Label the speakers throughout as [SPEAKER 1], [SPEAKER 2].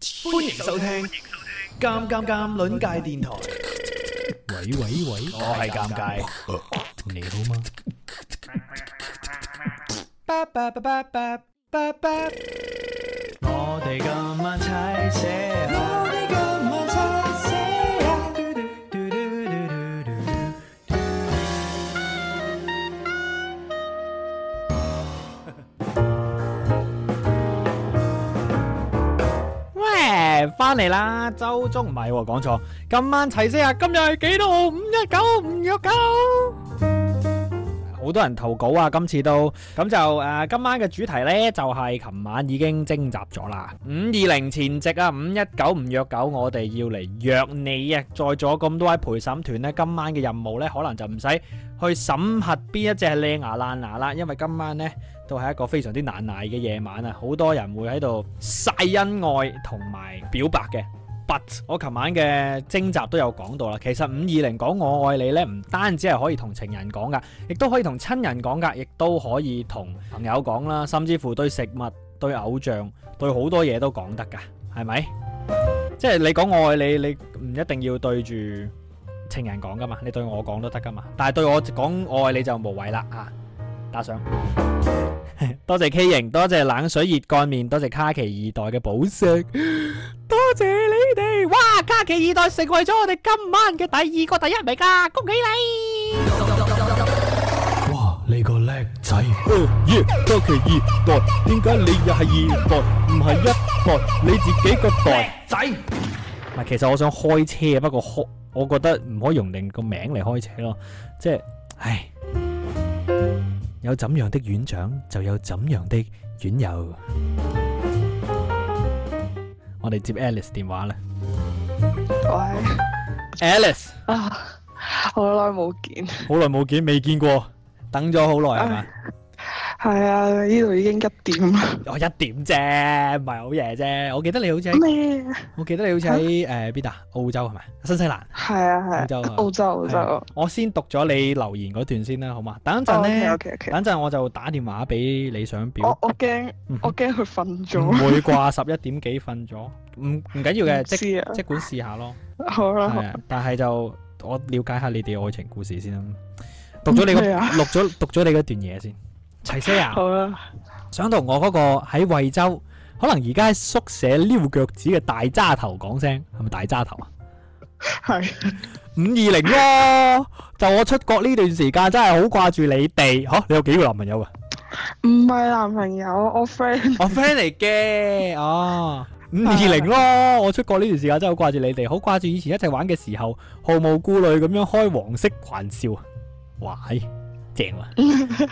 [SPEAKER 1] 歡迎收聽《尷尷尷》鄰界電台。
[SPEAKER 2] 喂喂喂，
[SPEAKER 1] 我係尷尬，
[SPEAKER 2] 你好嗎？
[SPEAKER 1] 我哋今晚踩寫，我哋今晚踩
[SPEAKER 2] 喂，翻嚟啦，周中唔係喎，講錯，今晚齊些牙，今日係幾多號？五一九，五月九。好多人投稿啊！今次都咁就誒、呃今晚嘅主題呢，就係、琴晚已經徵集咗啦。五二零前夕啊，五一九唔約九，我哋要嚟約你啊！在座咁多位陪審團呢，今晚嘅任務呢，可能就唔使去審核邊一隻係靚牙爛牙啦，因為今晚呢，都係一個非常之難捱嘅夜晚啊！好多人會喺度晒恩愛同埋表白嘅。But 我琴晚嘅徵集都有講到啦，其實五二零講我愛你呢，唔單止係可以同情人講噶，亦都可以同親人講噶，亦都可以同朋友講啦，甚至乎對食物、對偶像、對好多嘢都講得噶，係咪？即係你講我愛你，你唔一定要對住情人講噶嘛，你對我講都得噶嘛，但係對我講我愛你就無謂啦啊！打賞。多謝 K 型，多謝冷水熱乾麵，多謝卡奇二代嘅寶石，多謝你哋！哇，卡奇二代成為咗我哋今晚嘅第二個第一名啊！恭喜你！
[SPEAKER 3] 哇！你個叻仔，
[SPEAKER 4] 哦耶，多奇二代，點解你又係二代，唔係一代？你自己個代仔，
[SPEAKER 2] 唔係，其實我想開車，不過開，我覺得唔可以用定個名嚟開車咯，即係，唉，有怎樣的院長，就有怎樣的院友。我哋接 Alice 電話啦
[SPEAKER 5] 喂，
[SPEAKER 2] ，Alice，
[SPEAKER 5] 啊，好耐冇見，
[SPEAKER 2] 好耐冇見，未見過，等咗好耐係嘛？
[SPEAKER 5] 係啊，呢度已經一點啦。
[SPEAKER 2] 我一點啫，唔係好夜啫。我記得你好似喺，
[SPEAKER 5] 咩？
[SPEAKER 2] 我記得你好似喺誒邊度啊？澳洲係咪？新西蘭。
[SPEAKER 5] 係
[SPEAKER 2] 澳
[SPEAKER 5] 啊
[SPEAKER 2] 洲啊
[SPEAKER 5] 係，澳洲澳
[SPEAKER 2] 係啊
[SPEAKER 5] 洲。哦
[SPEAKER 2] 我先讀咗你留言嗰段先啦，好嘛？等一陣
[SPEAKER 5] O K
[SPEAKER 2] 咧
[SPEAKER 5] O，K O K。
[SPEAKER 2] 等一陣我就打電話俾你想
[SPEAKER 5] 我
[SPEAKER 2] 表。
[SPEAKER 5] 我驚
[SPEAKER 2] 嗯
[SPEAKER 5] 我驚佢瞓
[SPEAKER 2] 唔
[SPEAKER 5] 咗，
[SPEAKER 2] 會啩？十一點幾瞓咗，唔唔緊要嘅，
[SPEAKER 5] 唔
[SPEAKER 2] 即
[SPEAKER 5] 知啊。哦
[SPEAKER 2] 即管試下咯。
[SPEAKER 5] 好啦，好
[SPEAKER 2] 係啊，但係就我了解下你哋嘅愛情故事先啦。讀咗你個
[SPEAKER 5] 咩啊
[SPEAKER 2] 錄咗讀咗你嗰段嘢先，齊些牙。
[SPEAKER 5] 好啦，
[SPEAKER 2] 想同我嗰個喺惠州，可能而家喺宿舍撩腳趾嘅大渣頭講聲，係咪大渣頭啊？
[SPEAKER 5] 係
[SPEAKER 2] 五二零咯，就我出國呢段時間真係好掛住你哋，吓、你有幾個男朋友啊？
[SPEAKER 5] 唔係男朋友，我 friend
[SPEAKER 2] 我 friend 嚟嘅，哦，五二零咯，我出國呢段時間真係好掛住你哋，好掛住以前一齊玩嘅時候，毫無顧慮咁樣開黃色玩笑，哇，係正喎、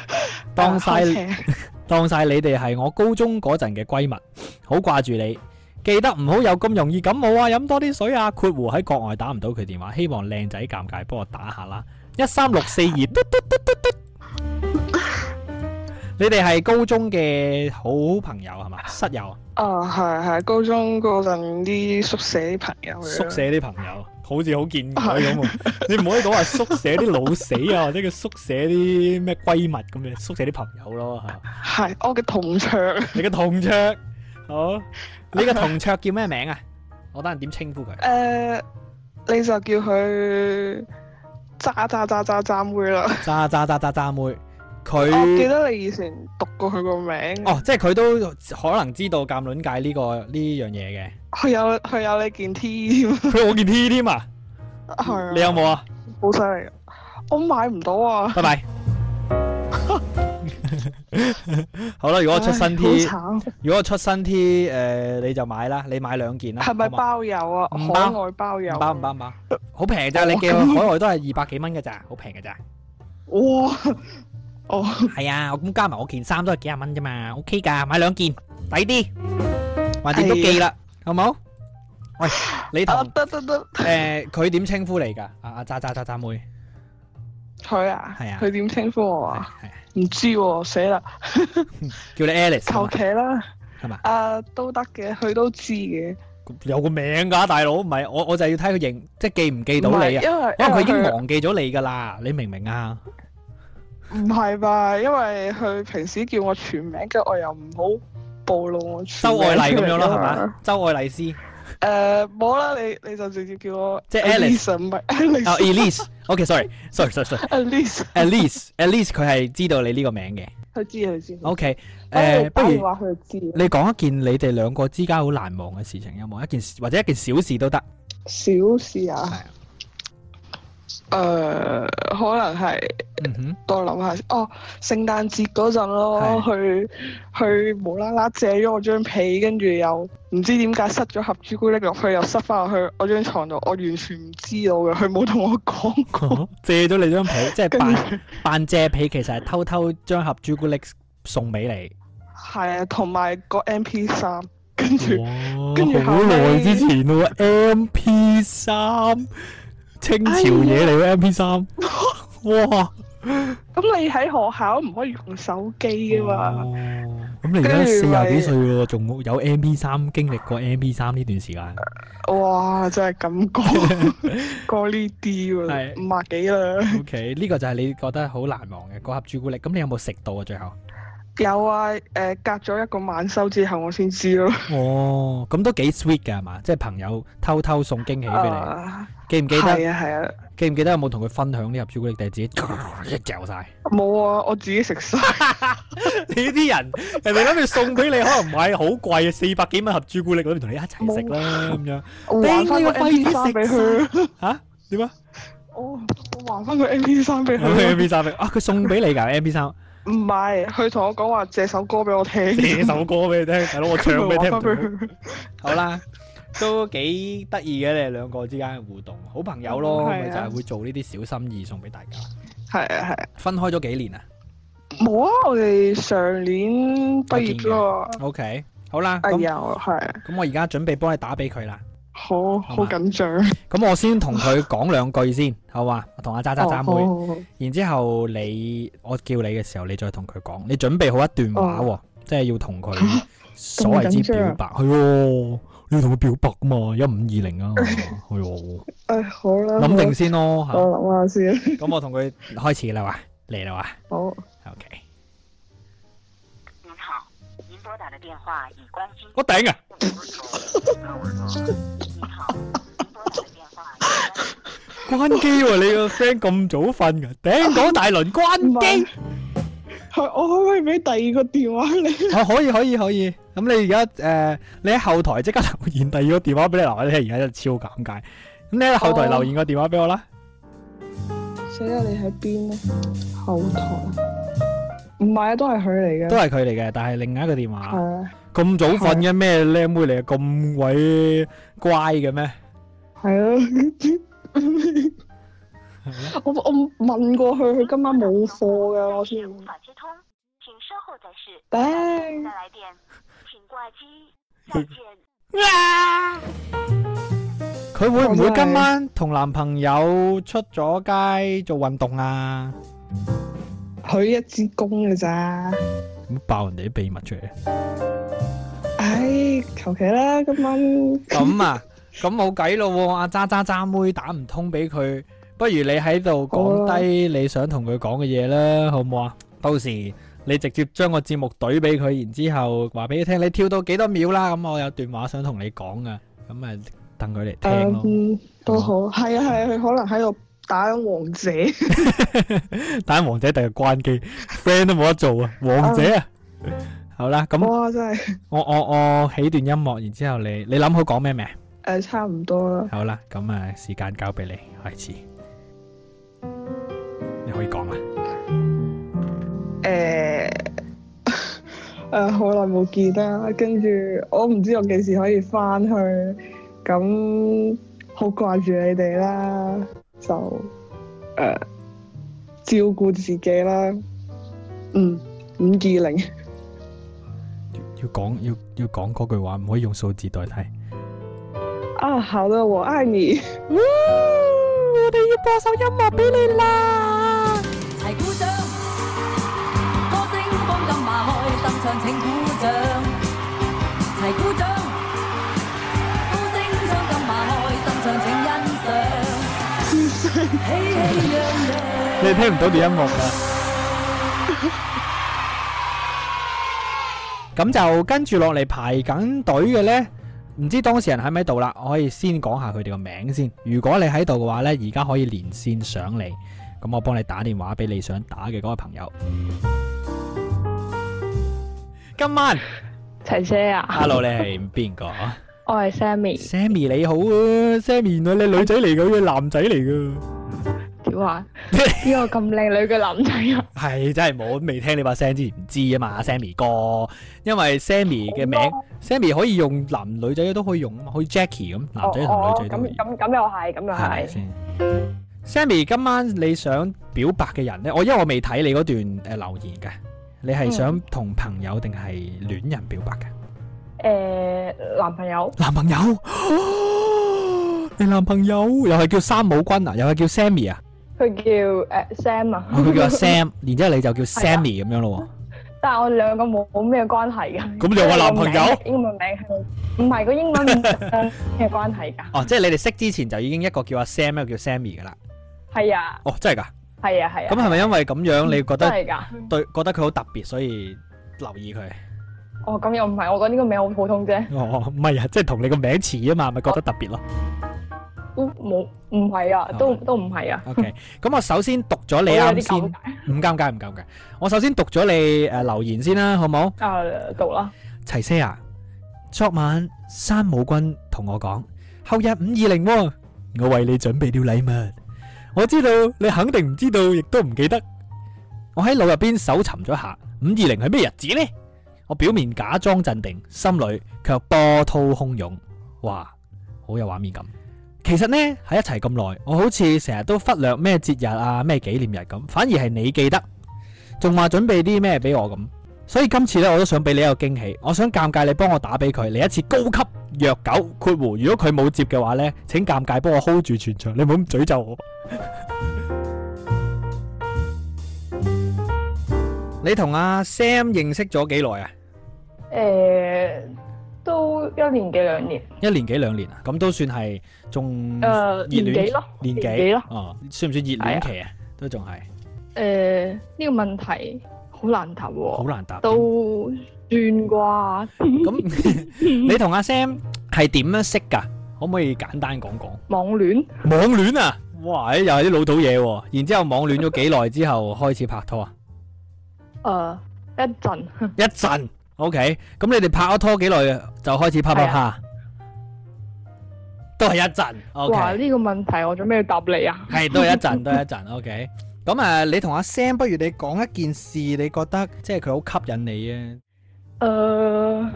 [SPEAKER 2] 當晒。
[SPEAKER 5] 開 車
[SPEAKER 2] 當晒你哋係我高中嗰陣嘅閨蜜，好掛住你。記得唔好有咁容易感冒啊，飲多啲水啊。括弧喺國外打唔到佢電話，希望靚仔尷尬幫我打下啦。一三六四二，嘟嘟嘟嘟嘟你哋係高中嘅好朋友係嘛？室友、
[SPEAKER 5] 啊，係係高中嗰陣啲宿舍啲朋友嚟
[SPEAKER 2] 宿
[SPEAKER 5] 嘅
[SPEAKER 2] 舍啲朋友，好似好見鬼咁喎。你唔可以講話宿舍啲老死啊，或者叫宿舍啲咩閨蜜咁樣，宿舍啲朋友咯嚇。
[SPEAKER 5] 係我嘅同桌，
[SPEAKER 2] 你嘅同桌，好，你嘅同桌叫咩名啊？我等陣點稱呼佢？
[SPEAKER 5] 誒，你就叫佢渣渣渣渣渣妹啦。
[SPEAKER 2] 渣渣渣渣渣妹，
[SPEAKER 5] 我哦記
[SPEAKER 2] 佢
[SPEAKER 5] 得你以前讀過佢個名，
[SPEAKER 2] 哦，即係佢都可能知道鑑卵界呢、個呢樣嘢嘅。
[SPEAKER 5] 佢有佢有你件 T 添，
[SPEAKER 2] 佢我件 T 添啊，
[SPEAKER 5] 係啊，
[SPEAKER 2] 你有冇啊？
[SPEAKER 5] 好犀利啊！我買唔到啊，
[SPEAKER 2] 拜 拜。好啦，如果我出新 T，
[SPEAKER 5] 唉好慘，
[SPEAKER 2] 如果我出新 T，誒、你就買啦，你買兩件啦。
[SPEAKER 5] 係咪
[SPEAKER 2] 好嘛
[SPEAKER 5] 包郵啊？
[SPEAKER 2] 唔包
[SPEAKER 5] 海外包郵，啊
[SPEAKER 2] 唔包唔包唔包，好平咋？你
[SPEAKER 5] 哦
[SPEAKER 2] 寄去海外都係二百幾蚊嘅咋，好平嘅咋。
[SPEAKER 5] 哇！哦，
[SPEAKER 2] 系啊，我咁加埋我件衫都系幾廿蚊啫嘛，OK 噶，買兩件抵啲，橫掂
[SPEAKER 5] 掂
[SPEAKER 2] 都
[SPEAKER 5] 都
[SPEAKER 2] 寄
[SPEAKER 5] 寄
[SPEAKER 2] 啦，好冇？喂，你
[SPEAKER 5] 啊
[SPEAKER 2] 同
[SPEAKER 5] 得得得，
[SPEAKER 2] 诶佢點稱呼你㗎？阿阿渣渣渣渣妹，
[SPEAKER 5] 佢啊，
[SPEAKER 2] 係啊
[SPEAKER 5] 佢點稱呼我
[SPEAKER 2] 係
[SPEAKER 5] 啊？
[SPEAKER 2] 係
[SPEAKER 5] 唔知喎，死啦，
[SPEAKER 2] 叫你 Alice 係
[SPEAKER 5] 求
[SPEAKER 2] 嘛
[SPEAKER 5] 其啦，
[SPEAKER 2] 係嘛？
[SPEAKER 5] 啊都得嘅，佢都知嘅，
[SPEAKER 2] 有個名㗎，大佬，唔係我我就要睇佢認，即係記唔記到
[SPEAKER 5] 唔係
[SPEAKER 2] 你啊？
[SPEAKER 5] 因為
[SPEAKER 2] 可能佢已經
[SPEAKER 5] 因為
[SPEAKER 2] 忘記咗你㗎啦，你明唔明啊？
[SPEAKER 5] 唔係吧？因為佢平時叫我全名，跟住我又唔好暴露我全
[SPEAKER 2] 周
[SPEAKER 5] 名
[SPEAKER 2] 愛麗
[SPEAKER 5] 出
[SPEAKER 2] 咁
[SPEAKER 5] 嚟
[SPEAKER 2] 樣咯，係
[SPEAKER 5] 㗎嘛
[SPEAKER 2] 嘛？周愛麗絲
[SPEAKER 5] 诶，呃冇啦，你你就直接叫我
[SPEAKER 2] 即係 Alice
[SPEAKER 5] Alisa，唔係 Alice，
[SPEAKER 2] 哦，Elise，OK，sorry，sorry，sorry，sorry。
[SPEAKER 5] Alice，
[SPEAKER 2] Elise，Elise 佢係知道你呢個名嘅
[SPEAKER 5] 佢知佢知。
[SPEAKER 2] ，OK，誒，
[SPEAKER 5] 诶，
[SPEAKER 2] 不如
[SPEAKER 5] 話佢知
[SPEAKER 2] 你講一件你哋兩個之間好難忘嘅事情，有冇一件事或者一件小事都得？
[SPEAKER 5] 啊小事
[SPEAKER 2] 係
[SPEAKER 5] 啊。
[SPEAKER 2] 啊
[SPEAKER 5] 诶，可能係
[SPEAKER 2] 嗯哼，
[SPEAKER 5] 多諗下先。哦，聖誕節嗰陣咯，
[SPEAKER 2] 係
[SPEAKER 5] 去去無啦啦借咗我張被，跟住又唔知點解塞咗盒朱古力落去，又塞翻落去我張床度，我完全唔知道嘅，佢冇同我講過。
[SPEAKER 2] 借咗你張被，即係
[SPEAKER 5] 跟住
[SPEAKER 2] 扮扮借被，其實係偷偷將盒朱古力送俾你。
[SPEAKER 5] 係啊，同埋個 M P 三，跟住
[SPEAKER 2] 哦
[SPEAKER 5] 跟住
[SPEAKER 2] 哇，
[SPEAKER 5] 後
[SPEAKER 2] 好
[SPEAKER 5] 尾
[SPEAKER 2] 耐之前喎，M P 三，清朝嘢嚟喎，M P 三，哇！
[SPEAKER 5] 咁你喺學校唔可以用手機噶嘛？
[SPEAKER 2] 哦咁你而家四
[SPEAKER 5] 跟住咪
[SPEAKER 2] 廿幾歲喎，仲冇有 M P 三經歷過 M P 三呢段時間？
[SPEAKER 5] 哇，真係咁講 講呢啲
[SPEAKER 2] 係
[SPEAKER 5] 喎，五百幾啦。
[SPEAKER 2] O K，呢個就係你覺得好難忘嘅嗰盒朱古力。咁你有冇食到啊？最後？
[SPEAKER 5] 有啊，誒、隔咗一個晚修之後，我先知咯。
[SPEAKER 2] 哦，咁都幾 sweet 㗎係嘛？即係朋友偷偷送驚喜俾
[SPEAKER 5] 啊
[SPEAKER 2] 你，記唔記
[SPEAKER 5] 係
[SPEAKER 2] 得？
[SPEAKER 5] 啊係啊，
[SPEAKER 2] 記唔記得有冇同佢分享呢盒朱古力？定係自己 一嚼晒？
[SPEAKER 5] 冇啊，我自己食晒。
[SPEAKER 2] 你啲人，人哋諗住送俾你，可能唔係好貴啊，四百幾蚊盒朱古力，諗住同你一齊食啦咁樣。
[SPEAKER 5] 我還翻個
[SPEAKER 2] 你個廢
[SPEAKER 5] M P
[SPEAKER 2] 紙
[SPEAKER 5] 三俾
[SPEAKER 2] 食
[SPEAKER 5] 佢。
[SPEAKER 2] 嚇點啊
[SPEAKER 5] 我我還翻個 M P 三俾
[SPEAKER 2] ？M
[SPEAKER 5] 佢。
[SPEAKER 2] P 三 啊，佢送俾你㗎 M P 三。
[SPEAKER 5] 唔係，佢同我講話借首歌俾我聽。
[SPEAKER 2] 借首歌俾你聽，大佬我 唱俾你聽
[SPEAKER 5] 佢咪還
[SPEAKER 2] 唔
[SPEAKER 5] 返
[SPEAKER 2] 到。
[SPEAKER 5] 俾佢。
[SPEAKER 2] 好啦，都幾得意嘅，你哋兩個之間嘅互動，好朋友咯，
[SPEAKER 5] 嗯係啊
[SPEAKER 2] 咪就係會做呢啲小心意送俾大家。
[SPEAKER 5] 係啊係啊，
[SPEAKER 2] 分開咗幾年啊
[SPEAKER 5] 冇啊！我哋上年畢業咯。
[SPEAKER 2] ？OK，好啦，
[SPEAKER 5] 哎
[SPEAKER 2] 咁
[SPEAKER 5] 呀，我係
[SPEAKER 2] 咁我而家準備幫你打俾佢啦。
[SPEAKER 5] 好
[SPEAKER 2] 好
[SPEAKER 5] 好
[SPEAKER 2] 嘛
[SPEAKER 5] 緊張。
[SPEAKER 2] 咁我先同佢講兩句先，好嘛？我同阿渣渣渣妹，
[SPEAKER 5] 哦好
[SPEAKER 2] 然之後你我叫你嘅時候，你再同佢講，你準備好一段話
[SPEAKER 5] 哦
[SPEAKER 2] 喎，即係要同 佢所謂之表白，係喎，你要同佢表白噶嘛？一五二零 啊，係喎。
[SPEAKER 5] 唉，好啦，
[SPEAKER 2] 谂定先咯，
[SPEAKER 5] 我我諗下先。
[SPEAKER 2] 嚇咁我同佢開始啦哇，嚟啦哇
[SPEAKER 5] 好。
[SPEAKER 2] ，OK，
[SPEAKER 6] 您好，您拨打的电话已关机。
[SPEAKER 2] 我頂啊！
[SPEAKER 6] 您好，您拨打的电话已关机。
[SPEAKER 2] 關機喎，你個 friend 咁早瞓㗎，頂講大輪
[SPEAKER 5] 唔
[SPEAKER 2] 關
[SPEAKER 5] 係
[SPEAKER 2] 機，，
[SPEAKER 5] 係我可唔可以俾第二個電話你？
[SPEAKER 2] 我可以可以可以，咁你而家诶，你喺後台即刻留言第二個電話俾你留，你而家真係超尷尬，咁你喺後台
[SPEAKER 5] 哦
[SPEAKER 2] 留言個電話俾我啦，
[SPEAKER 5] 死啦！你喺邊咧？後台唔係啊，都係佢嚟嘅。
[SPEAKER 2] 都係佢嚟嘅，但係另一個電話，
[SPEAKER 5] 係啊，
[SPEAKER 2] 咁早瞓嘅咩靚妹嚟嘅，咁鬼乖嘅咩？
[SPEAKER 5] 係啊。我我問過佢，佢今晚冇課㗎， 我
[SPEAKER 6] 是
[SPEAKER 5] 先
[SPEAKER 6] 无法接通，请稍后再试。
[SPEAKER 5] 頂
[SPEAKER 6] 再来电，请挂机。再见。
[SPEAKER 2] 佢會唔會今晚同男朋友出咗街做運動啊？
[SPEAKER 5] 佢一支公嘅咋。
[SPEAKER 2] 咁爆人哋啲秘密出嚟。
[SPEAKER 5] 唉，求其啦，今晚
[SPEAKER 2] 咁啊，咁冇計咯喎，阿渣渣渣妹打唔通俾佢，不如你喺度講低你想同佢講嘅嘢啦，好唔好啊？到時你直接將個節目懟俾佢，然之後話俾佢聽，你跳到幾多秒啦？咁我有段話想同你講噶，咁啊等佢嚟聽咯。哦
[SPEAKER 5] 嗯都好。係啊係啊，佢可能喺度打緊王者。
[SPEAKER 2] 但王者第日關機，friend 都冇得做啊，王者啊。好啦，咁
[SPEAKER 5] 哇，真係
[SPEAKER 2] 我我我起段音樂，然之後你你諗好講咩未？
[SPEAKER 5] 誒，差唔多啦。
[SPEAKER 2] 好啦，咁啊，時間交俾你開始，你可以講啦。
[SPEAKER 5] 誒誒呃啊好耐冇見啦，跟住我唔知我幾時可以翻去，咁好掛住你哋啦，就誒、照顧自己啦，嗯，五二零
[SPEAKER 2] 要要講要要講嗰句話，唔可以用數字代替。
[SPEAKER 5] 啊，好的，我愛你，
[SPEAKER 2] 我哋要播首音樂俾你啦。
[SPEAKER 7] 齊鼓掌，歌聲放咁馬開，心唱請鼓掌。齊鼓掌，歌聲唱咁馬開，心唱請欣賞。喜氣洋洋。
[SPEAKER 2] 你聽唔到段音 樂啦。咁就跟住落嚟排緊隊嘅呢，唔知當事人喺唔喺度啦，我可以先講下佢哋個名先。如果你喺度嘅話呢，而家可以連線上嚟，咁我幫你打電話俾你想打嘅嗰個朋友。今晚
[SPEAKER 8] 齊姐啊，
[SPEAKER 2] ，Hello，你係邊個啊
[SPEAKER 8] 我係 Sammy，
[SPEAKER 2] ？Sammy 你好啊，Sammy 原來你女仔嚟嘅，男仔嚟
[SPEAKER 8] 屌啊！呢個咁靚女嘅男仔啊，
[SPEAKER 2] 噶，係真係冇未聽你把聲之前唔知啊嘛，Sammy 哥，因為 Sammy 嘅
[SPEAKER 8] 哦
[SPEAKER 2] 名，Sammy 可以用男女仔都可以用啊嘛，好似 Jackie 咁，男仔
[SPEAKER 5] 哦
[SPEAKER 2] 同女仔都可以
[SPEAKER 8] 哦咁。咁咁又係，咁又
[SPEAKER 2] 係咪
[SPEAKER 8] 係。
[SPEAKER 2] 先？Sammy，今晚你想表白嘅人呢？我因為我未睇你嗰段誒呃留言嘅，你
[SPEAKER 8] 嗯
[SPEAKER 2] 係想同朋友定係戀人表白嘅？
[SPEAKER 5] 呃
[SPEAKER 8] 誒，男朋友
[SPEAKER 2] 男朋友，哦你男朋友又係叫三武君啊，又係叫 Sammy 啊，
[SPEAKER 8] 佢叫
[SPEAKER 5] 呃
[SPEAKER 8] 誒 Sam 啊
[SPEAKER 2] 哦，佢叫阿 Sam，然之後你就叫 Sammy 咁樣咯
[SPEAKER 8] 但係我兩個冇冇咩關係 㗎。
[SPEAKER 2] 咁你有個男朋友
[SPEAKER 8] 英文名係唔係個英文名有咩關係㗎？
[SPEAKER 2] 喎。哦，即係你哋識之前就已經一個叫阿 Sam，一個叫 Sammy 噶啦。
[SPEAKER 8] 係啊，
[SPEAKER 2] 哦，真係㗎？
[SPEAKER 8] 係啊，係啊。
[SPEAKER 2] 咁係咪因為咁樣你覺
[SPEAKER 8] 真
[SPEAKER 2] 得
[SPEAKER 8] 係㗎？
[SPEAKER 2] 對覺得佢好特別，所以留意佢？
[SPEAKER 8] 哦，咁又唔係，我覺得呢個名好普通啫，
[SPEAKER 2] 哦，唔係啊，即係同你個名似啊嘛，咪覺得特別咯。
[SPEAKER 8] 都冇唔係啊，都都唔係啊。
[SPEAKER 2] OK，咁我首先讀咗你
[SPEAKER 8] 我有
[SPEAKER 2] 啱
[SPEAKER 8] 啲
[SPEAKER 2] 先，
[SPEAKER 8] 尷
[SPEAKER 2] 唔尷尬唔尷尬。我首先讀咗你誒留言先啦，好冇？
[SPEAKER 8] 尬啊，讀啦。
[SPEAKER 2] 齊些牙，昨晚山武君同我講，後日五二零喎，我為你準備了禮物。我知道你肯定唔知道，亦都唔記得。我喺腦入邊搜尋咗下，五二零係咩日子呢？我表面假裝鎮定，心裏卻波濤洶湧。哇，好有畫面感。其實呢，喺一齊咁耐，我好似成日都忽略咩節日啊、咩紀念日咁，反而係你記得，仲話準備啲咩俾我咁。所以今次咧，我都想俾你一個驚喜。我想尷尬你幫我打俾佢，嚟一次高級虐狗括弧。如果佢冇接嘅話呢，請尷尬幫我 hold 住全場，你唔好咁詛咒我。你同阿 Sam 認識咗幾耐啊？
[SPEAKER 8] 誒，都一年幾兩年，
[SPEAKER 2] 一年幾兩年啊？咁都算係仲
[SPEAKER 8] 誒
[SPEAKER 2] 熱
[SPEAKER 8] 年幾
[SPEAKER 2] 戀
[SPEAKER 8] 咯，
[SPEAKER 2] 年
[SPEAKER 8] 年
[SPEAKER 2] 幾
[SPEAKER 8] 幾咯
[SPEAKER 2] 哦，算唔算熱戀期啊？都仲係
[SPEAKER 8] 誒呢個問題好難答
[SPEAKER 2] 好
[SPEAKER 8] 喎，
[SPEAKER 2] 難答。
[SPEAKER 8] 都算啩，
[SPEAKER 2] 咁 你同阿 Sam 係點樣識㗎？可唔可以簡單講講？
[SPEAKER 8] 網戀
[SPEAKER 2] 網戀啊！哇，誒又係啲老土嘢喎。然之後網戀咗幾耐之後開始拍拖啊？
[SPEAKER 8] 誒啊一陣
[SPEAKER 2] 一陣，OK。咁你哋拍咗拖幾耐就開始啪啪
[SPEAKER 8] 啊
[SPEAKER 2] 啪？都係一陣
[SPEAKER 8] 哇
[SPEAKER 2] ，OK。
[SPEAKER 8] 呢個問題我做咩要答你啊？
[SPEAKER 2] 係都係一 陣，都係一陣，OK。咁誒，你同阿 Sam 不如你講一件事，你覺得即係佢好吸引你啊？
[SPEAKER 8] 誒呃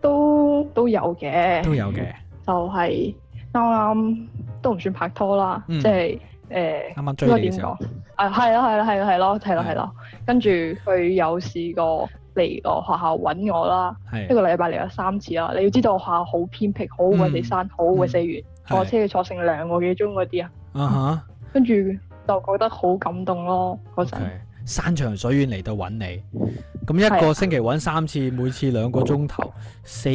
[SPEAKER 8] 都都有嘅，
[SPEAKER 2] 都有嘅，
[SPEAKER 8] 就係啱啱都唔算拍拖啦，
[SPEAKER 2] 嗯
[SPEAKER 8] 即係誒。
[SPEAKER 2] 啱啱追
[SPEAKER 8] 應該
[SPEAKER 2] 你
[SPEAKER 8] 點
[SPEAKER 2] 嘅時候
[SPEAKER 8] 講，？啊，係啦，係啦，係啦，係咯，係咯，
[SPEAKER 2] 係
[SPEAKER 8] 係咯。跟住佢有試過嚟我學校揾我啦，一
[SPEAKER 2] 係
[SPEAKER 8] 個禮拜嚟咗三次啦。你要知道我學校好偏僻，好鬼死山，好鬼死遠，坐車
[SPEAKER 2] 係
[SPEAKER 8] 要坐成兩個幾鐘嗰啲啊。
[SPEAKER 2] 啊哈
[SPEAKER 8] 跟住就覺得好感動咯，嗰陣
[SPEAKER 2] OK，山長水遠嚟到揾你，咁
[SPEAKER 8] 啊
[SPEAKER 2] 一個星期揾三次，每次兩個鐘頭，四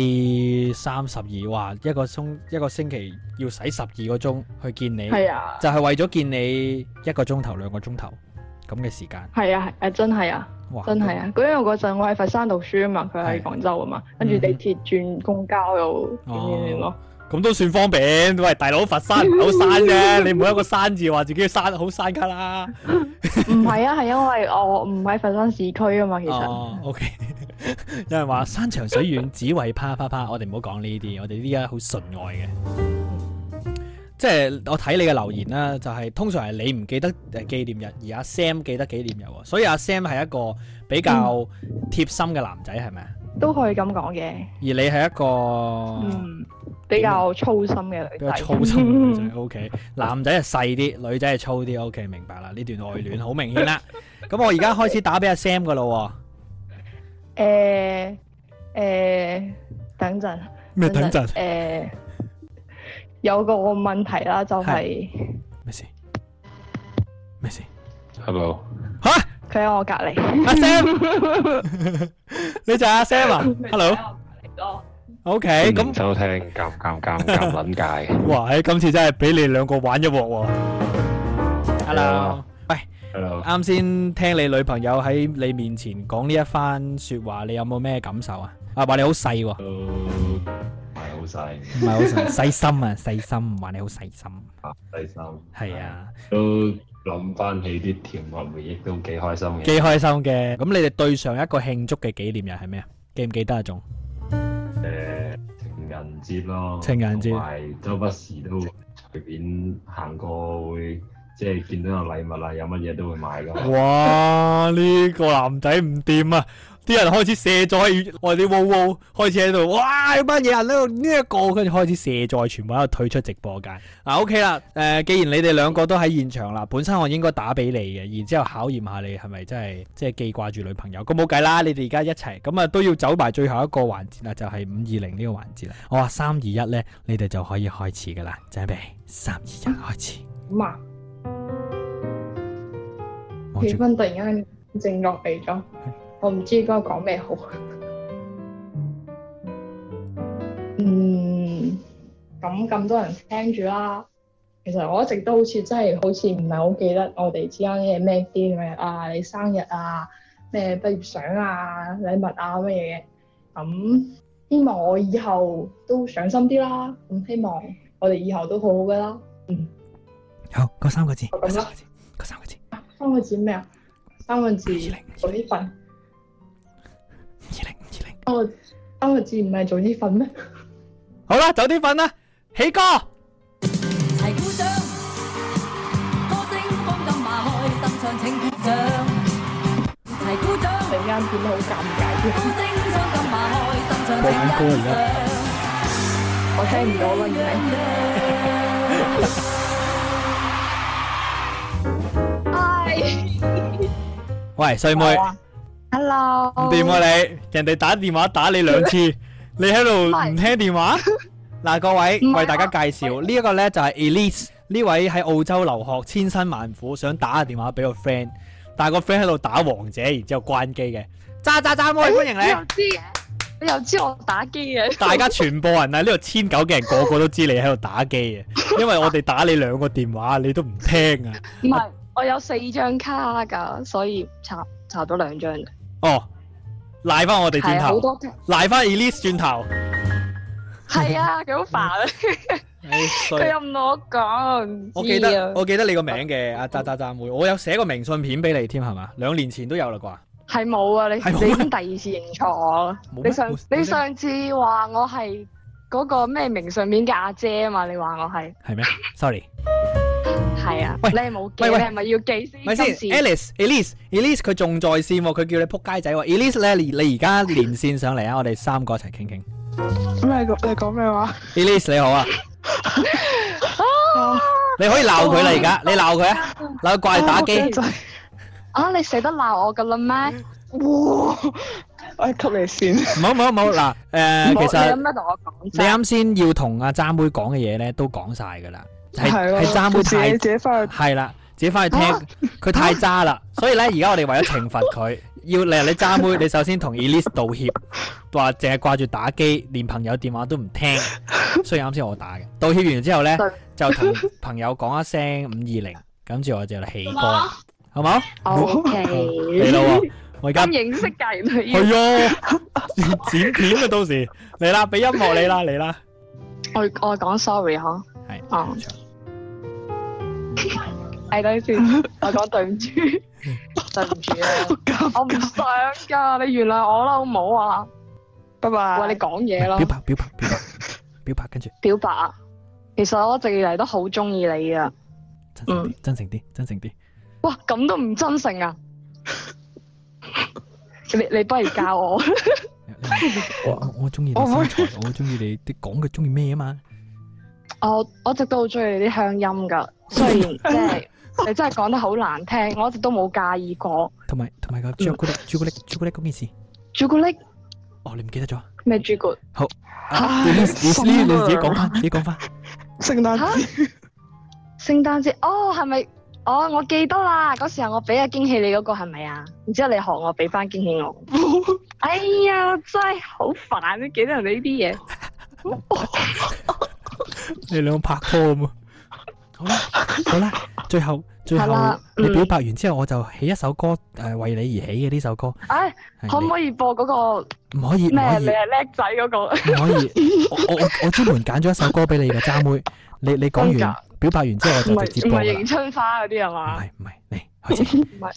[SPEAKER 2] 三十二，哇！一個鐘一個星期要使十二個鐘去見你，
[SPEAKER 8] 係啊，
[SPEAKER 2] 就係為咗見你一個鐘頭兩個鐘頭咁嘅時間，
[SPEAKER 8] 係啊，係啊，真係啊，
[SPEAKER 2] 哇！
[SPEAKER 8] 真係啊。嗰因為嗰陣我喺佛山讀書啊嘛，佢
[SPEAKER 2] 係
[SPEAKER 8] 喺廣州啊嘛，跟住
[SPEAKER 2] 嗯哦
[SPEAKER 8] 地鐵轉公交又點點點咯。
[SPEAKER 2] 咁都算方便。喂，大佬，佛山唔係好山啫，你唔好一個山字話自己山好山卡啦。
[SPEAKER 8] 唔係啊，係因為我唔喺佛山市區啊嘛，其實。
[SPEAKER 2] 哦，OK，有人話山長水遠只為啪啪啪，我哋唔好講呢啲，我哋呢家好純愛嘅。即係我睇你嘅留言啦，就係、通常係你唔記得誒紀念日，而阿 Sam 記得紀念日喎，所以阿 Sam 係一個比較
[SPEAKER 8] 嗯
[SPEAKER 2] 貼心嘅男仔，係咪啊？
[SPEAKER 8] 都可以咁講嘅，
[SPEAKER 2] 而你係一個。
[SPEAKER 8] 嗯，比較粗心嘅女
[SPEAKER 2] 哦啊比較
[SPEAKER 8] 仔，
[SPEAKER 2] 粗心嘅女 仔，OK。男仔係細啲，女仔係粗啲，OK，明白啦。呢段愛戀好明顯啦。咁我而家開始打俾阿 Sam 噶咯
[SPEAKER 8] 誒誒，等陣，
[SPEAKER 2] 喎。咩
[SPEAKER 8] 陣，誒，有個問題啦，就係
[SPEAKER 2] 咩事？咩事？
[SPEAKER 9] Hello，
[SPEAKER 2] 吓、
[SPEAKER 8] 佢喺我隔離，
[SPEAKER 2] 阿 Sam，你就係阿 Sam 啊？Hello，OK、
[SPEAKER 8] 咯，
[SPEAKER 2] à? OK，
[SPEAKER 9] 歡迎
[SPEAKER 2] 咁
[SPEAKER 9] 收聽尷尷尷 尷撚界
[SPEAKER 2] 哇，喺今次真係俾你兩個玩一鑊喎。Hello，喂，
[SPEAKER 9] ，Hello，
[SPEAKER 2] 啱先聽你女朋友喺你面前講呢一番說話，你有冇咩感受啊？啊，話你好細喎。
[SPEAKER 9] 都唔係好好細，
[SPEAKER 2] 唔係好 細細心啊，細心，話你好細心，
[SPEAKER 9] 第三
[SPEAKER 2] 係，啊，
[SPEAKER 9] 都諗翻起啲甜蜜回憶都幾開心嘅。
[SPEAKER 2] 幾開心嘅。咁你哋對上一個慶祝嘅紀念日係咩啊？記唔記得啊？仲
[SPEAKER 9] 誒情人節咯，
[SPEAKER 2] 情人節
[SPEAKER 9] 同埋周不時都隨便行過會，即係見到有禮物啊，有乜嘢都會買噶嘛。
[SPEAKER 2] 哇！呢、個男仔唔掂啊！啲人開始卸載我哋啲 w o 開始喺度，哇！班嘢人喺度呢一個，跟住開始卸載，全部喺度退出直播間。嗱、o k 啊啦，誒、既然你哋兩個都喺現場啦，本身我應該打俾你嘅，然之後考驗下你係咪真係即係記掛住女朋友。咁冇計啦，你哋而家一齊，咁啊都要走埋最後一個環節啦，就係五二零呢個環節啦。我話三二一呢，你哋就可以開始噶啦，準備三二一開始。
[SPEAKER 5] 嘛，
[SPEAKER 2] 望
[SPEAKER 10] 氣
[SPEAKER 2] 住
[SPEAKER 10] 氛突然間靜落嚟咗，我唔知該講咩好。嗯，咁咁多人聽住啦。其實我一直都好似真係好似唔係好記得我哋之間嘅咩啲咩啊，你生日啊，咩畢業相啊，禮物啊乜嘢嘅。咁希望我以後都上心啲啦。咁希望我哋以後都好好嘅啦。
[SPEAKER 2] 好嗰三個字，
[SPEAKER 10] 我咁
[SPEAKER 2] 嗰三
[SPEAKER 10] 啦
[SPEAKER 2] 個字，嗰三個字，
[SPEAKER 10] 三個字咩啊？三個字
[SPEAKER 2] 20
[SPEAKER 10] 早啲瞓。
[SPEAKER 2] 二零二零。
[SPEAKER 10] 三
[SPEAKER 8] Ờ,
[SPEAKER 10] 個三個字唔係早啲瞓咩？
[SPEAKER 2] 好啦，早啲瞓啦，起歌。
[SPEAKER 7] 齊鼓掌，歌聲風咁馬開，心唱請鼓掌。齊鼓掌，
[SPEAKER 10] 突然間變得好尷尬
[SPEAKER 7] 歌
[SPEAKER 10] 添，
[SPEAKER 7] 聲風咁馬開，心唱請
[SPEAKER 2] 播緊歌
[SPEAKER 7] 欣
[SPEAKER 2] 而
[SPEAKER 7] 賞。
[SPEAKER 10] 我聽唔到啦，原來。唉，
[SPEAKER 2] 喂，細妹，
[SPEAKER 8] Hello，
[SPEAKER 2] 唔掂啊你，人哋打電話打你兩 次，你喺度唔聽電話。嗱，各位
[SPEAKER 8] 啊
[SPEAKER 10] 唔係
[SPEAKER 2] 為大家介紹呢一個呢，就係 Elise 呢位喺澳洲留學，千辛萬苦想打個電話俾個 friend，但係個 friend 喺度打王者，然之後關機嘅。渣渣渣妹，歡迎
[SPEAKER 8] 你又
[SPEAKER 2] 你！
[SPEAKER 8] 知嘅，你又知我打機嘅，
[SPEAKER 2] 大家全部人喺呢度千九嘅人個個都知你喺度打機嘅，因為我哋打你兩個電話，你都唔聽啊！
[SPEAKER 8] 唔係我有四張卡㗎，所以插插咗兩張，
[SPEAKER 2] 哦，賴翻我哋轉
[SPEAKER 8] 係啊好
[SPEAKER 2] 頭，
[SPEAKER 8] 多卡，
[SPEAKER 2] 賴翻 Elise 轉頭。
[SPEAKER 8] 係啊，佢好煩啊，
[SPEAKER 2] 唉
[SPEAKER 8] 佢
[SPEAKER 2] 衰啊
[SPEAKER 8] 又唔同我講，我
[SPEAKER 2] 我
[SPEAKER 8] 唔
[SPEAKER 2] 記
[SPEAKER 8] 知啊
[SPEAKER 2] 得，我記得你個名嘅阿渣渣渣妹，我有寫個明信片俾你添係嘛？兩年前都有啦啩，
[SPEAKER 8] 係冇啊，你
[SPEAKER 2] 係冇咩
[SPEAKER 8] 你已經第二次認錯我啦。
[SPEAKER 2] 冇咩
[SPEAKER 8] 你上
[SPEAKER 2] 冇冇
[SPEAKER 8] 你上次話我係嗰個咩明信片嘅阿姐啊嘛，你話我係
[SPEAKER 2] 係咩？Sorry，
[SPEAKER 8] 係啊，
[SPEAKER 2] 喂
[SPEAKER 8] 你係冇記，
[SPEAKER 2] 喂
[SPEAKER 8] 你
[SPEAKER 2] 喂
[SPEAKER 8] 係咪要記先？
[SPEAKER 2] 咪先
[SPEAKER 8] 嗯今次
[SPEAKER 2] ，Alice，Elise，Elise 佢仲在線喎，佢叫你撲街仔喎，Elise 咧你你而家連線上嚟啊， 我哋三個一齊傾傾。
[SPEAKER 5] 咩 你講咩 話？
[SPEAKER 2] Elise 你好啊，
[SPEAKER 5] 啊
[SPEAKER 2] 你可以鬧佢啦而家，你鬧佢啊，鬧佢怪打 機，
[SPEAKER 5] 我驚咗
[SPEAKER 8] 啊，你捨得鬧我㗎啦咩？
[SPEAKER 5] 哇！我係吸你線，
[SPEAKER 2] 唔好唔好唔好嗱，
[SPEAKER 8] 唔好
[SPEAKER 2] 誒其
[SPEAKER 8] 你有
[SPEAKER 2] 實
[SPEAKER 8] 咩同我講
[SPEAKER 2] 你
[SPEAKER 8] 啫？
[SPEAKER 2] 啱先要同阿渣妹講嘅嘢咧都講晒㗎啦，係
[SPEAKER 5] 係咯，
[SPEAKER 2] 係渣妹
[SPEAKER 5] 自
[SPEAKER 2] 太
[SPEAKER 5] 己自己翻去
[SPEAKER 2] 系啦，自己翻去聽，佢太渣啦，所以咧而家我哋為咗懲罰佢，要你你渣妹，你首先同 Elise 道歉，話淨係掛住打機，連朋友電話都唔聽，所以啱先我打嘅。道歉完之後咧，就同 朋友講一聲五二零，跟住我就起歌啦，好冇？
[SPEAKER 8] O K，
[SPEAKER 2] 嚟啦喎，我而家
[SPEAKER 8] 咁認識㗎，原來要
[SPEAKER 2] 係啊， 剪片啊，到時嚟啦，俾音樂你啦，嚟啦，
[SPEAKER 8] 我我講 sorry 呵，
[SPEAKER 2] 係
[SPEAKER 8] 哦係等 陣先，我講對唔住，對唔住啊，我唔想㗎，你原諒我啦，好唔好啊？
[SPEAKER 5] 拜拜。
[SPEAKER 8] 喂，你講嘢啦
[SPEAKER 2] 表。白表白表白表白，跟住
[SPEAKER 8] 表白啊！其實我一直以嚟都好中意你啊！
[SPEAKER 2] 真誠啲，真誠啲，真誠啲。
[SPEAKER 8] 哇，咁都唔真誠啊！ 你你不如教我，
[SPEAKER 2] 我我中意
[SPEAKER 8] 哦
[SPEAKER 5] 我
[SPEAKER 2] 你身材，我中意你你講佢中意咩啊嘛？
[SPEAKER 8] 我我一直都好中意你啲鄉音㗎，雖然即係你真係講得好難聽，我一直都冇介意過。
[SPEAKER 2] 同埋同埋
[SPEAKER 8] 嗯
[SPEAKER 2] 個朱古力朱古力朱古力嗰件事，
[SPEAKER 8] 朱古力
[SPEAKER 2] 哦你唔記得咗啊
[SPEAKER 8] 咩朱古力？
[SPEAKER 2] 啊？你你你你自己講翻，自己講翻。
[SPEAKER 5] 聖誕
[SPEAKER 8] 嚇
[SPEAKER 5] 節
[SPEAKER 8] 聖誕節哦，係咪？哦，我記得啦，嗰時候我俾嘅驚喜你嗰個係咪啊？然之後你學我俾翻驚 喜我。哎呀，真係好煩啊！記得人哋呢啲嘢。
[SPEAKER 2] 你兩個拍拖咁啊！好啦好啦，最後最
[SPEAKER 8] 係
[SPEAKER 2] 後
[SPEAKER 8] 啦
[SPEAKER 2] 你
[SPEAKER 8] 嗯
[SPEAKER 2] 表白完之後，我就起一首歌誒為你而起嘅呢首歌，
[SPEAKER 8] 唉，
[SPEAKER 2] 係
[SPEAKER 8] 可唔
[SPEAKER 2] 你
[SPEAKER 8] 可以播嗰個
[SPEAKER 2] 唔可以唔
[SPEAKER 8] 咩？啊
[SPEAKER 2] 可
[SPEAKER 8] 你
[SPEAKER 2] 以
[SPEAKER 8] 係叻仔嗰個？
[SPEAKER 2] 唔可以，我我我我專門揀咗一首歌俾你嘅渣妹，你你講
[SPEAKER 8] 真
[SPEAKER 2] 完
[SPEAKER 8] 㗎
[SPEAKER 2] 表白完之後我
[SPEAKER 8] 唔
[SPEAKER 2] 就直
[SPEAKER 8] 係
[SPEAKER 2] 接
[SPEAKER 8] 唔
[SPEAKER 2] 播㗎啦
[SPEAKER 8] 係迎春花嗰啲係嘛？
[SPEAKER 2] 唔係嚟開始，
[SPEAKER 10] 唔係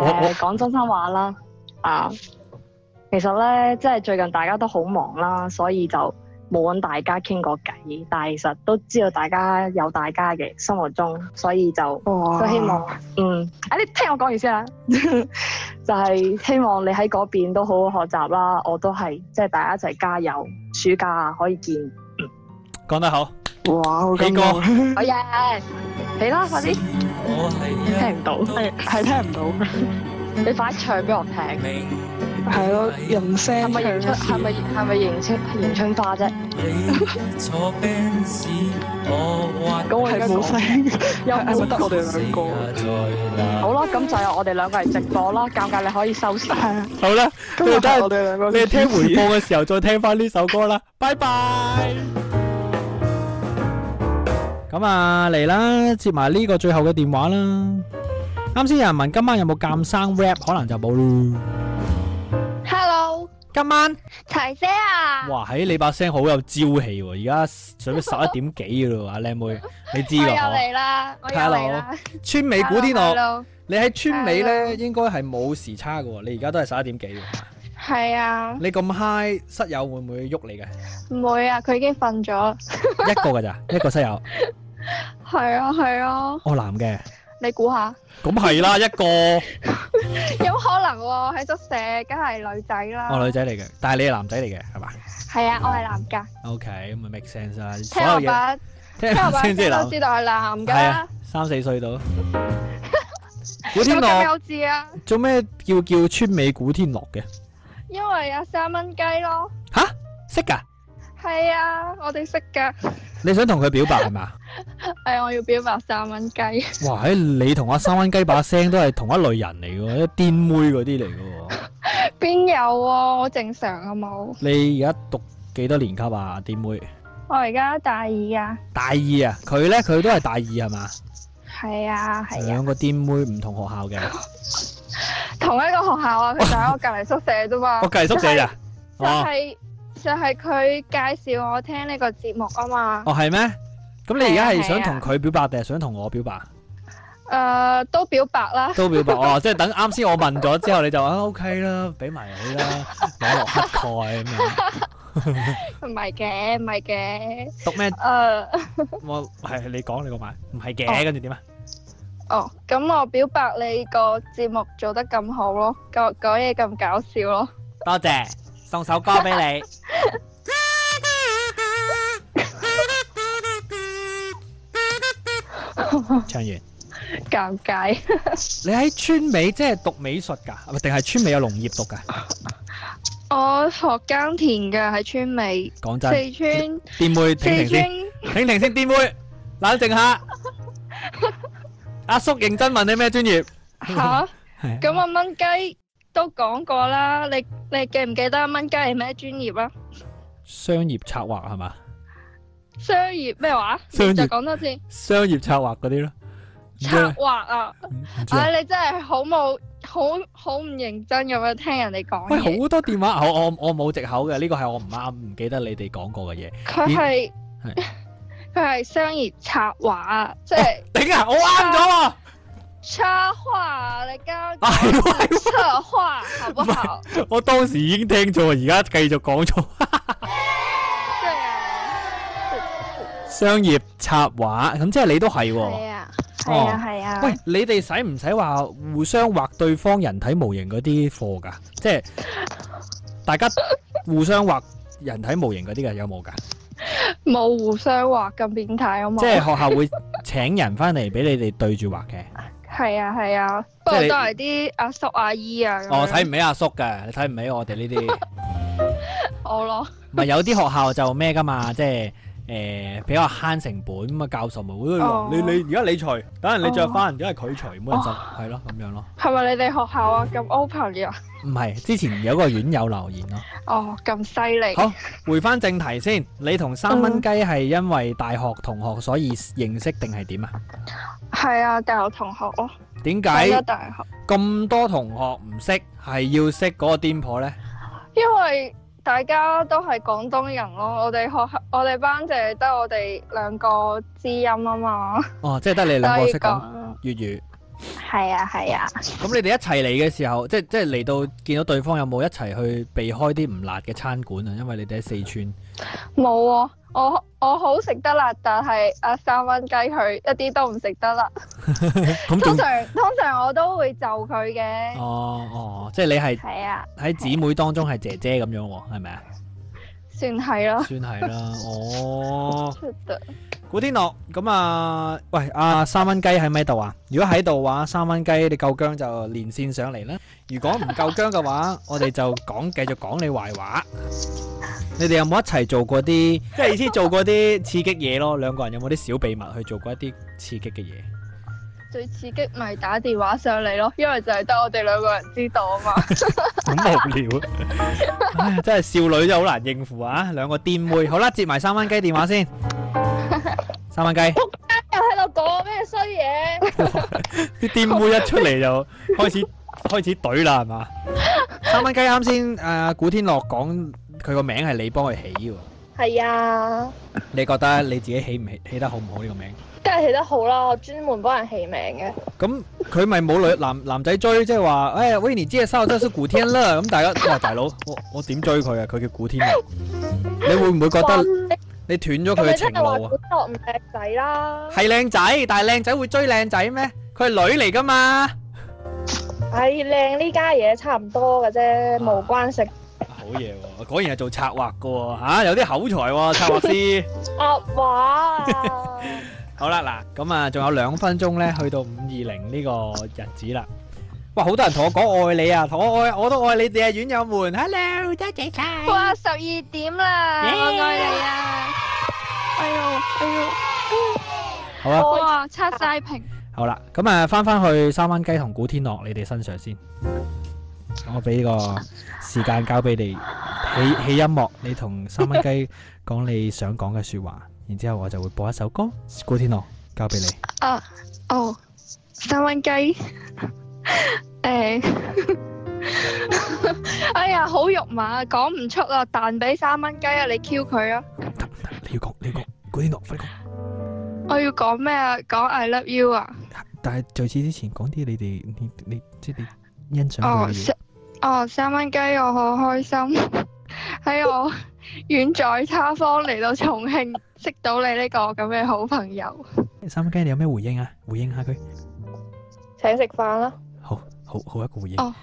[SPEAKER 2] 我我
[SPEAKER 8] 誒，講真心話啦，啊，其實咧，即係最近大家都好忙啦，所以就冇揾大家傾過偈。但係其實都知道大家有大家嘅生活中，所以就
[SPEAKER 5] 哇
[SPEAKER 8] 都希望，嗯，啊，你聽我講完先啦，就係希望你喺嗰邊都好好學習啦。我都係，即係大家一齊加油，暑假可以見。
[SPEAKER 2] 講得好，
[SPEAKER 5] 哇，好
[SPEAKER 2] 起
[SPEAKER 5] 感
[SPEAKER 2] 歌
[SPEAKER 5] 動，
[SPEAKER 11] 嗯
[SPEAKER 8] 好嘢，起啦，快啲！聽唔到，
[SPEAKER 5] 係係聽唔到，
[SPEAKER 8] 你快啲唱俾我聽。
[SPEAKER 5] 係咯，人
[SPEAKER 8] 係
[SPEAKER 5] 聲
[SPEAKER 8] 咪迎
[SPEAKER 5] 唱
[SPEAKER 8] 春？係咪係咪迎春迎春花啫？咁我而
[SPEAKER 5] 係
[SPEAKER 8] 家
[SPEAKER 5] 冇
[SPEAKER 8] 講
[SPEAKER 5] 聲，
[SPEAKER 8] 又
[SPEAKER 5] 係咪得我哋兩個？
[SPEAKER 8] 好啦，咁就係我哋兩個人直播啦，尷尬你可以收線。
[SPEAKER 5] 係啊，
[SPEAKER 2] 好啦，
[SPEAKER 5] 今日係我哋兩個。
[SPEAKER 2] 你哋聽回放嘅時候再聽翻呢首歌啦，拜拜。咁啊，嚟啦，接埋呢個最後嘅電話啦。啱先有人問今晚有冇鑑生 rap，可能就冇咯。
[SPEAKER 11] Hello，
[SPEAKER 2] 今晚，
[SPEAKER 11] 齊姐啊，
[SPEAKER 2] 哇，喺你把聲好有朝氣喎，而家上咗十一點幾噶啦，阿靚妹，你知
[SPEAKER 11] 我又
[SPEAKER 2] 噶
[SPEAKER 11] 嚟啦，我又嚟啦。
[SPEAKER 2] 川美古天樂，
[SPEAKER 11] Hello，hello
[SPEAKER 2] 你喺川美咧應該係冇時差噶喎，你而家都係十一點幾喎。
[SPEAKER 11] 係啊，
[SPEAKER 2] 你咁 high，室友會唔會喐你嘅？
[SPEAKER 11] 唔會啊，佢已經瞓咗。
[SPEAKER 2] 一個噶咋，一個室友，
[SPEAKER 11] 係啊，係啊，
[SPEAKER 2] 我男嘅，
[SPEAKER 11] 你估下？
[SPEAKER 2] 咁係啦，一個
[SPEAKER 11] 有可能喎，喺宿舍梗係女仔啦。
[SPEAKER 2] 我女仔嚟嘅，但係你係男仔嚟嘅，係嘛
[SPEAKER 11] 係啊，我係男㗎。
[SPEAKER 2] ？OK，咁咪 make sense 啦，所
[SPEAKER 11] 聽我
[SPEAKER 2] 有嘢
[SPEAKER 11] 把，
[SPEAKER 2] 聽
[SPEAKER 11] 聽我把
[SPEAKER 2] 先
[SPEAKER 11] 聲
[SPEAKER 2] 知
[SPEAKER 11] 都
[SPEAKER 2] 男，
[SPEAKER 11] 知道係男㗎
[SPEAKER 2] 係
[SPEAKER 11] 啦
[SPEAKER 2] 啊。，三四 歲到。古天
[SPEAKER 11] 有冇咁
[SPEAKER 2] 樂
[SPEAKER 11] 幼稚啊？
[SPEAKER 2] 做咩叫叫川美古天樂嘅？
[SPEAKER 11] 因為有三蚊雞咯。
[SPEAKER 2] 吓，識㗎？
[SPEAKER 11] 係啊，我哋識㗎。
[SPEAKER 2] 你想同佢表白係嘛？
[SPEAKER 11] 係啊我要表白三蚊雞。
[SPEAKER 2] 哇！喺你同阿三蚊雞把聲都係同一類人嚟嘅喎，啲癲妹嗰啲嚟嘅喎。
[SPEAKER 11] 邊有啊？我正常啊冇。
[SPEAKER 2] 你而家讀幾多年級啊？癲妹
[SPEAKER 11] 我而家大二啊。
[SPEAKER 2] 大二啊，佢咧佢都係大二係嘛？
[SPEAKER 11] 係啊，係啊，
[SPEAKER 2] 兩個癲妹唔同學校嘅，
[SPEAKER 11] 同一個學校啊，佢就喺我隔離宿舍啫 嘛。
[SPEAKER 2] 我隔離宿舍咋？
[SPEAKER 11] 就
[SPEAKER 2] 哦
[SPEAKER 11] 係就係佢介紹我聽呢個節目啊嘛。
[SPEAKER 2] 哦係咩？咁你而家
[SPEAKER 11] 係
[SPEAKER 2] 係
[SPEAKER 11] 啊
[SPEAKER 2] 想
[SPEAKER 11] 係
[SPEAKER 2] 同
[SPEAKER 11] 啊
[SPEAKER 2] 佢表白定係想同我表白？
[SPEAKER 11] 誒，都表白啦。
[SPEAKER 2] 都表白哦，即係等啱先我問咗之後，你就啊 OK 啦，俾埋你啦，網絡乞丐咁樣。
[SPEAKER 11] 唔係嘅，唔係嘅。
[SPEAKER 2] 讀咩？
[SPEAKER 8] 呃
[SPEAKER 11] 誒，
[SPEAKER 2] 我係你講你講埋，唔係嘅，跟住點啊？
[SPEAKER 11] 哦，咁我表白你個節目做得咁好咯，講講嘢咁搞笑咯。
[SPEAKER 2] 多謝，送首歌俾你。唱完，你
[SPEAKER 11] 尷尬。
[SPEAKER 2] 喺川美即係讀美術㗎，唔係定係川美有農業讀㗎？
[SPEAKER 11] 我學耕田嘅喺川尾，
[SPEAKER 2] 講真，
[SPEAKER 11] 四川
[SPEAKER 2] 店妹停停
[SPEAKER 11] 四
[SPEAKER 2] 先，
[SPEAKER 11] 川。
[SPEAKER 2] 停停先，店妹冷靜下。阿叔認真問你咩專業？
[SPEAKER 11] 吓，
[SPEAKER 2] 係
[SPEAKER 11] 咁我蚊雞都講過啦，你你記唔記得蚊雞係咩專業啊？
[SPEAKER 2] 商業策劃係嘛？
[SPEAKER 11] 商業咩話？
[SPEAKER 2] 商業
[SPEAKER 11] 你再講多次，
[SPEAKER 2] 商業策劃嗰啲咯。唔知
[SPEAKER 11] 策
[SPEAKER 2] 啊
[SPEAKER 11] 劃啊！
[SPEAKER 2] 唔知啊
[SPEAKER 11] 唉，你真係好冇好好唔認真咁樣聽人哋講
[SPEAKER 2] 喂，
[SPEAKER 11] 嘢。
[SPEAKER 2] 好多電話，我我我冇藉口嘅，呢個係我唔啱，唔記得你哋講過嘅嘢。
[SPEAKER 11] 佢係
[SPEAKER 2] 係
[SPEAKER 11] 佢係商業策劃啊，即係
[SPEAKER 2] 頂啊！我啱咗啊！
[SPEAKER 11] 策劃，你剛
[SPEAKER 2] 啊
[SPEAKER 11] 剛
[SPEAKER 2] 係喎係
[SPEAKER 11] 講策劃，好不好？
[SPEAKER 2] 我當時已經聽錯，而家繼續講 錯。
[SPEAKER 11] 對啊，
[SPEAKER 2] 商業策劃，咁即係你都係
[SPEAKER 11] 係
[SPEAKER 2] 喎。
[SPEAKER 11] 啊，係啊，係
[SPEAKER 2] 哦
[SPEAKER 11] 啊。
[SPEAKER 2] 喂，你哋使唔使話互相畫對方人體模型嗰啲課㗎？即係大家互相畫人體模型嗰啲嘅有冇㗎？
[SPEAKER 11] 冇互相畫咁變態好冇？
[SPEAKER 2] 即係學校會請人翻嚟俾你哋對住畫 嘅。
[SPEAKER 11] 係啊係啊，不
[SPEAKER 2] 即係
[SPEAKER 11] 過
[SPEAKER 2] 你
[SPEAKER 11] 都係啲阿叔阿姨啊咁樣。
[SPEAKER 2] 哦，睇唔起阿叔㗎，你睇唔起我哋呢啲。
[SPEAKER 11] 我咯，
[SPEAKER 2] 唔係有啲學校就咩㗎嘛，即係誒、诶、比較慳成本咁啊，教授咪會
[SPEAKER 11] 哦
[SPEAKER 2] 你你而家你除，等陣你着翻，因為佢除，每人就
[SPEAKER 11] 哦
[SPEAKER 2] 係咯咁樣咯。
[SPEAKER 11] 係咪你哋學校啊咁 open 嘅啊？
[SPEAKER 2] 唔係，之前有個院友留言咯。啊
[SPEAKER 11] 哦，咁犀利。
[SPEAKER 2] 好，回翻正題先，你同三
[SPEAKER 11] 嗯
[SPEAKER 2] 蚊雞係因為大學同學所以認識定係點啊？
[SPEAKER 11] 係啊，大學同學咯。
[SPEAKER 2] 點
[SPEAKER 11] 上咗
[SPEAKER 2] 解
[SPEAKER 11] 大學，
[SPEAKER 2] 咁多同學唔識，係要識嗰個癲婆呢？
[SPEAKER 11] 因為大家都係廣東人咯。我哋學校，我哋班就係得我哋兩個知音啊嘛。
[SPEAKER 2] 哦，即係得你兩個識
[SPEAKER 11] 所以
[SPEAKER 2] 講
[SPEAKER 11] 講
[SPEAKER 2] 粵語。
[SPEAKER 11] 係啊，係啊。
[SPEAKER 2] 咁你哋一齊嚟嘅時候，即即係嚟到見到對方有冇一齊去避開啲唔辣嘅餐館啊？因為你哋喺四川。
[SPEAKER 11] 冇啊！我我好食得辣，但係阿三蚊雞佢一啲都唔食得辣。
[SPEAKER 2] 咁點？
[SPEAKER 11] 通常通常我都會就佢嘅。
[SPEAKER 2] 哦哦，即係你係
[SPEAKER 11] 係啊，
[SPEAKER 2] 喺姊妹當中係姐姐咁樣喎，係咪啊？
[SPEAKER 11] 算係啦。
[SPEAKER 2] 算係啦。哦，
[SPEAKER 11] 出得
[SPEAKER 2] 古天樂咁啊，喂，阿、三蚊雞喺咪度啊？如果喺度嘅話，三蚊雞你夠姜就連線上嚟啦。如果唔夠姜嘅話，我哋就講繼續講你壞話。你哋有冇一齊做過啲，即係意思做過啲刺激嘢咯？兩個人有冇啲小秘密去做過一啲刺激嘅嘢？
[SPEAKER 11] 最刺激咪打電話上嚟咯，因為就係得我哋兩個人知道啊 嘛。
[SPEAKER 2] 咁無聊，唉，真係少女真係好難應付啊！兩個癲妹，好啦，接埋三蚊雞電話先。三蚊雞，
[SPEAKER 11] 又喺度講咩衰嘢？
[SPEAKER 2] 啲癲妹一出嚟就開始開始懟啦，係嘛？三蚊雞啱先，诶、古天樂講佢個名係你幫佢起喎，
[SPEAKER 12] 係啊，
[SPEAKER 2] 你覺得你自己起唔起起得好唔好呢個名？
[SPEAKER 12] 梗係起得好啦，我專門幫人起名嘅。
[SPEAKER 2] 咁佢咪冇女男男仔追，即係話，哎诶、喂，你知嘅收真係古天樂，咁大家，哇，大佬，我我点追佢啊？佢叫古天樂，你會唔會覺
[SPEAKER 12] 哇
[SPEAKER 2] 得
[SPEAKER 12] 你
[SPEAKER 2] 你斷咗佢嘅情
[SPEAKER 12] 你真係話
[SPEAKER 2] 路啊
[SPEAKER 12] 古？天樂唔靚仔啦，
[SPEAKER 2] 係靚仔，但係靚仔會追靚仔咩？佢係女嚟噶嘛？
[SPEAKER 12] 唉，靚呢家嘢差唔多嘅
[SPEAKER 2] 啊
[SPEAKER 12] 啫，無關食。
[SPEAKER 2] 好嘢喎，果然係做策劃噶喎，吓、有啲口才喎、策劃師。
[SPEAKER 12] 啊，哇！
[SPEAKER 2] 好啦，嗱，咁啊，仲有兩分鐘咧，去到五二零呢個日子啦。哇，好多人同我講愛你啊，同我愛，我都愛你哋啊，院友們，hello，多謝晒。
[SPEAKER 11] 哇，十二點啦
[SPEAKER 2] Yeah
[SPEAKER 11] 我愛你啊！哎呦，
[SPEAKER 2] 好
[SPEAKER 11] 哎
[SPEAKER 2] 啊
[SPEAKER 11] 呦，，哇，刷晒屏。
[SPEAKER 2] 好啦，咁啊，翻翻去三蚊雞同古天樂你哋身上先。我俾個時間交俾你，起起音樂，你同三蚊雞 講你想講嘅说話，然之后我就會播一首歌。古天樂交俾你。
[SPEAKER 11] 啊，哦，三蚊雞， 誒， 哎呀，好肉麻，講唔出啊，彈俾三蚊雞啊，你 Q 佢啊！
[SPEAKER 2] 你要講，你要講，古天樂快講！
[SPEAKER 11] 我要講咩啊？講 I love you 啊！
[SPEAKER 2] 但係在此之前講啲你哋，你你即係你欣賞
[SPEAKER 11] 哦
[SPEAKER 2] 佢嘅嘢
[SPEAKER 11] 三。哦，三蚊雞，我好開心， 喺我遠在他方嚟到重慶識到你呢個咁嘅好朋友。
[SPEAKER 2] 三蚊雞，你有咩回應啊？回應下佢，
[SPEAKER 11] 請食飯啦！
[SPEAKER 2] 好好好一個回應。
[SPEAKER 11] 哦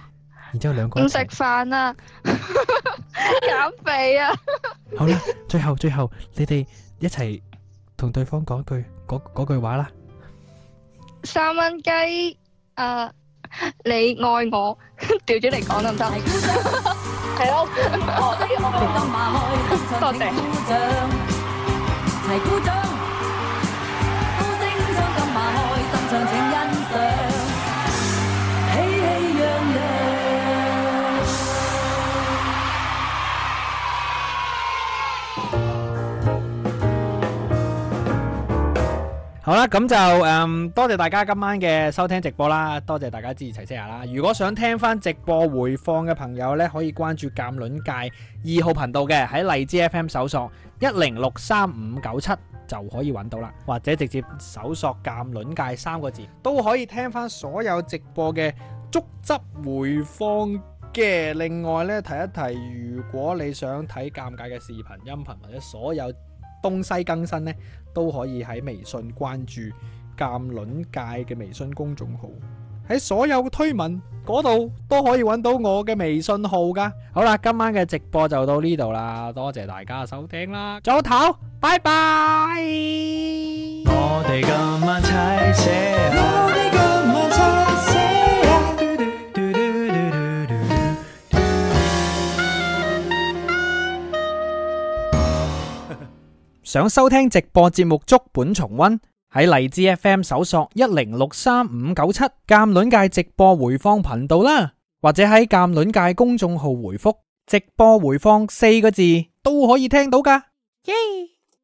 [SPEAKER 2] 然之後兩個一
[SPEAKER 11] 唔
[SPEAKER 2] 齊
[SPEAKER 11] 食飯啦， 減肥啊！
[SPEAKER 2] 好啦，最後最後，你哋一齊同對方講句嗰嗰句話啦。
[SPEAKER 11] 三蚊雞，誒、你愛我， 調轉嚟講得唔得？係咯，多謝。
[SPEAKER 7] 齊鼓掌，呼聲相咁馬開，心唱請欣賞，喜氣洋洋。
[SPEAKER 2] 好啦，咁就誒、嗯多謝大家今晚嘅收聽直播啦，多謝大家支持齊些牙啦。如果想聽翻直播回放嘅朋友呢，可以關注鑑論界二號頻道嘅，喺荔枝 FM 搜索一零六三五九七就可以揾到啦，或者直接搜索鑑論界三個字都可以聽翻所有直播嘅足汁回放。嘅另外呢，提一提，如果你想睇尷尬嘅視頻、音頻或者所有東西更新呢，都可以喺微信關注鑑論界嘅微信公眾號，喺所有推文嗰度都可以揾到我嘅微信號噶。好啦，今晚嘅直播就到呢度啦，多謝大家收聽啦，早唞，拜拜。
[SPEAKER 1] 我哋今晚踩車，我哋今晚踩車啊！想收聽直播節目足本重溫，喺荔枝 FM 搜索一零六三五九七鑑論界直播回放頻道啦，或者喺鑑論界公眾號回覆直播回放四個字都可以聽到噶。耶！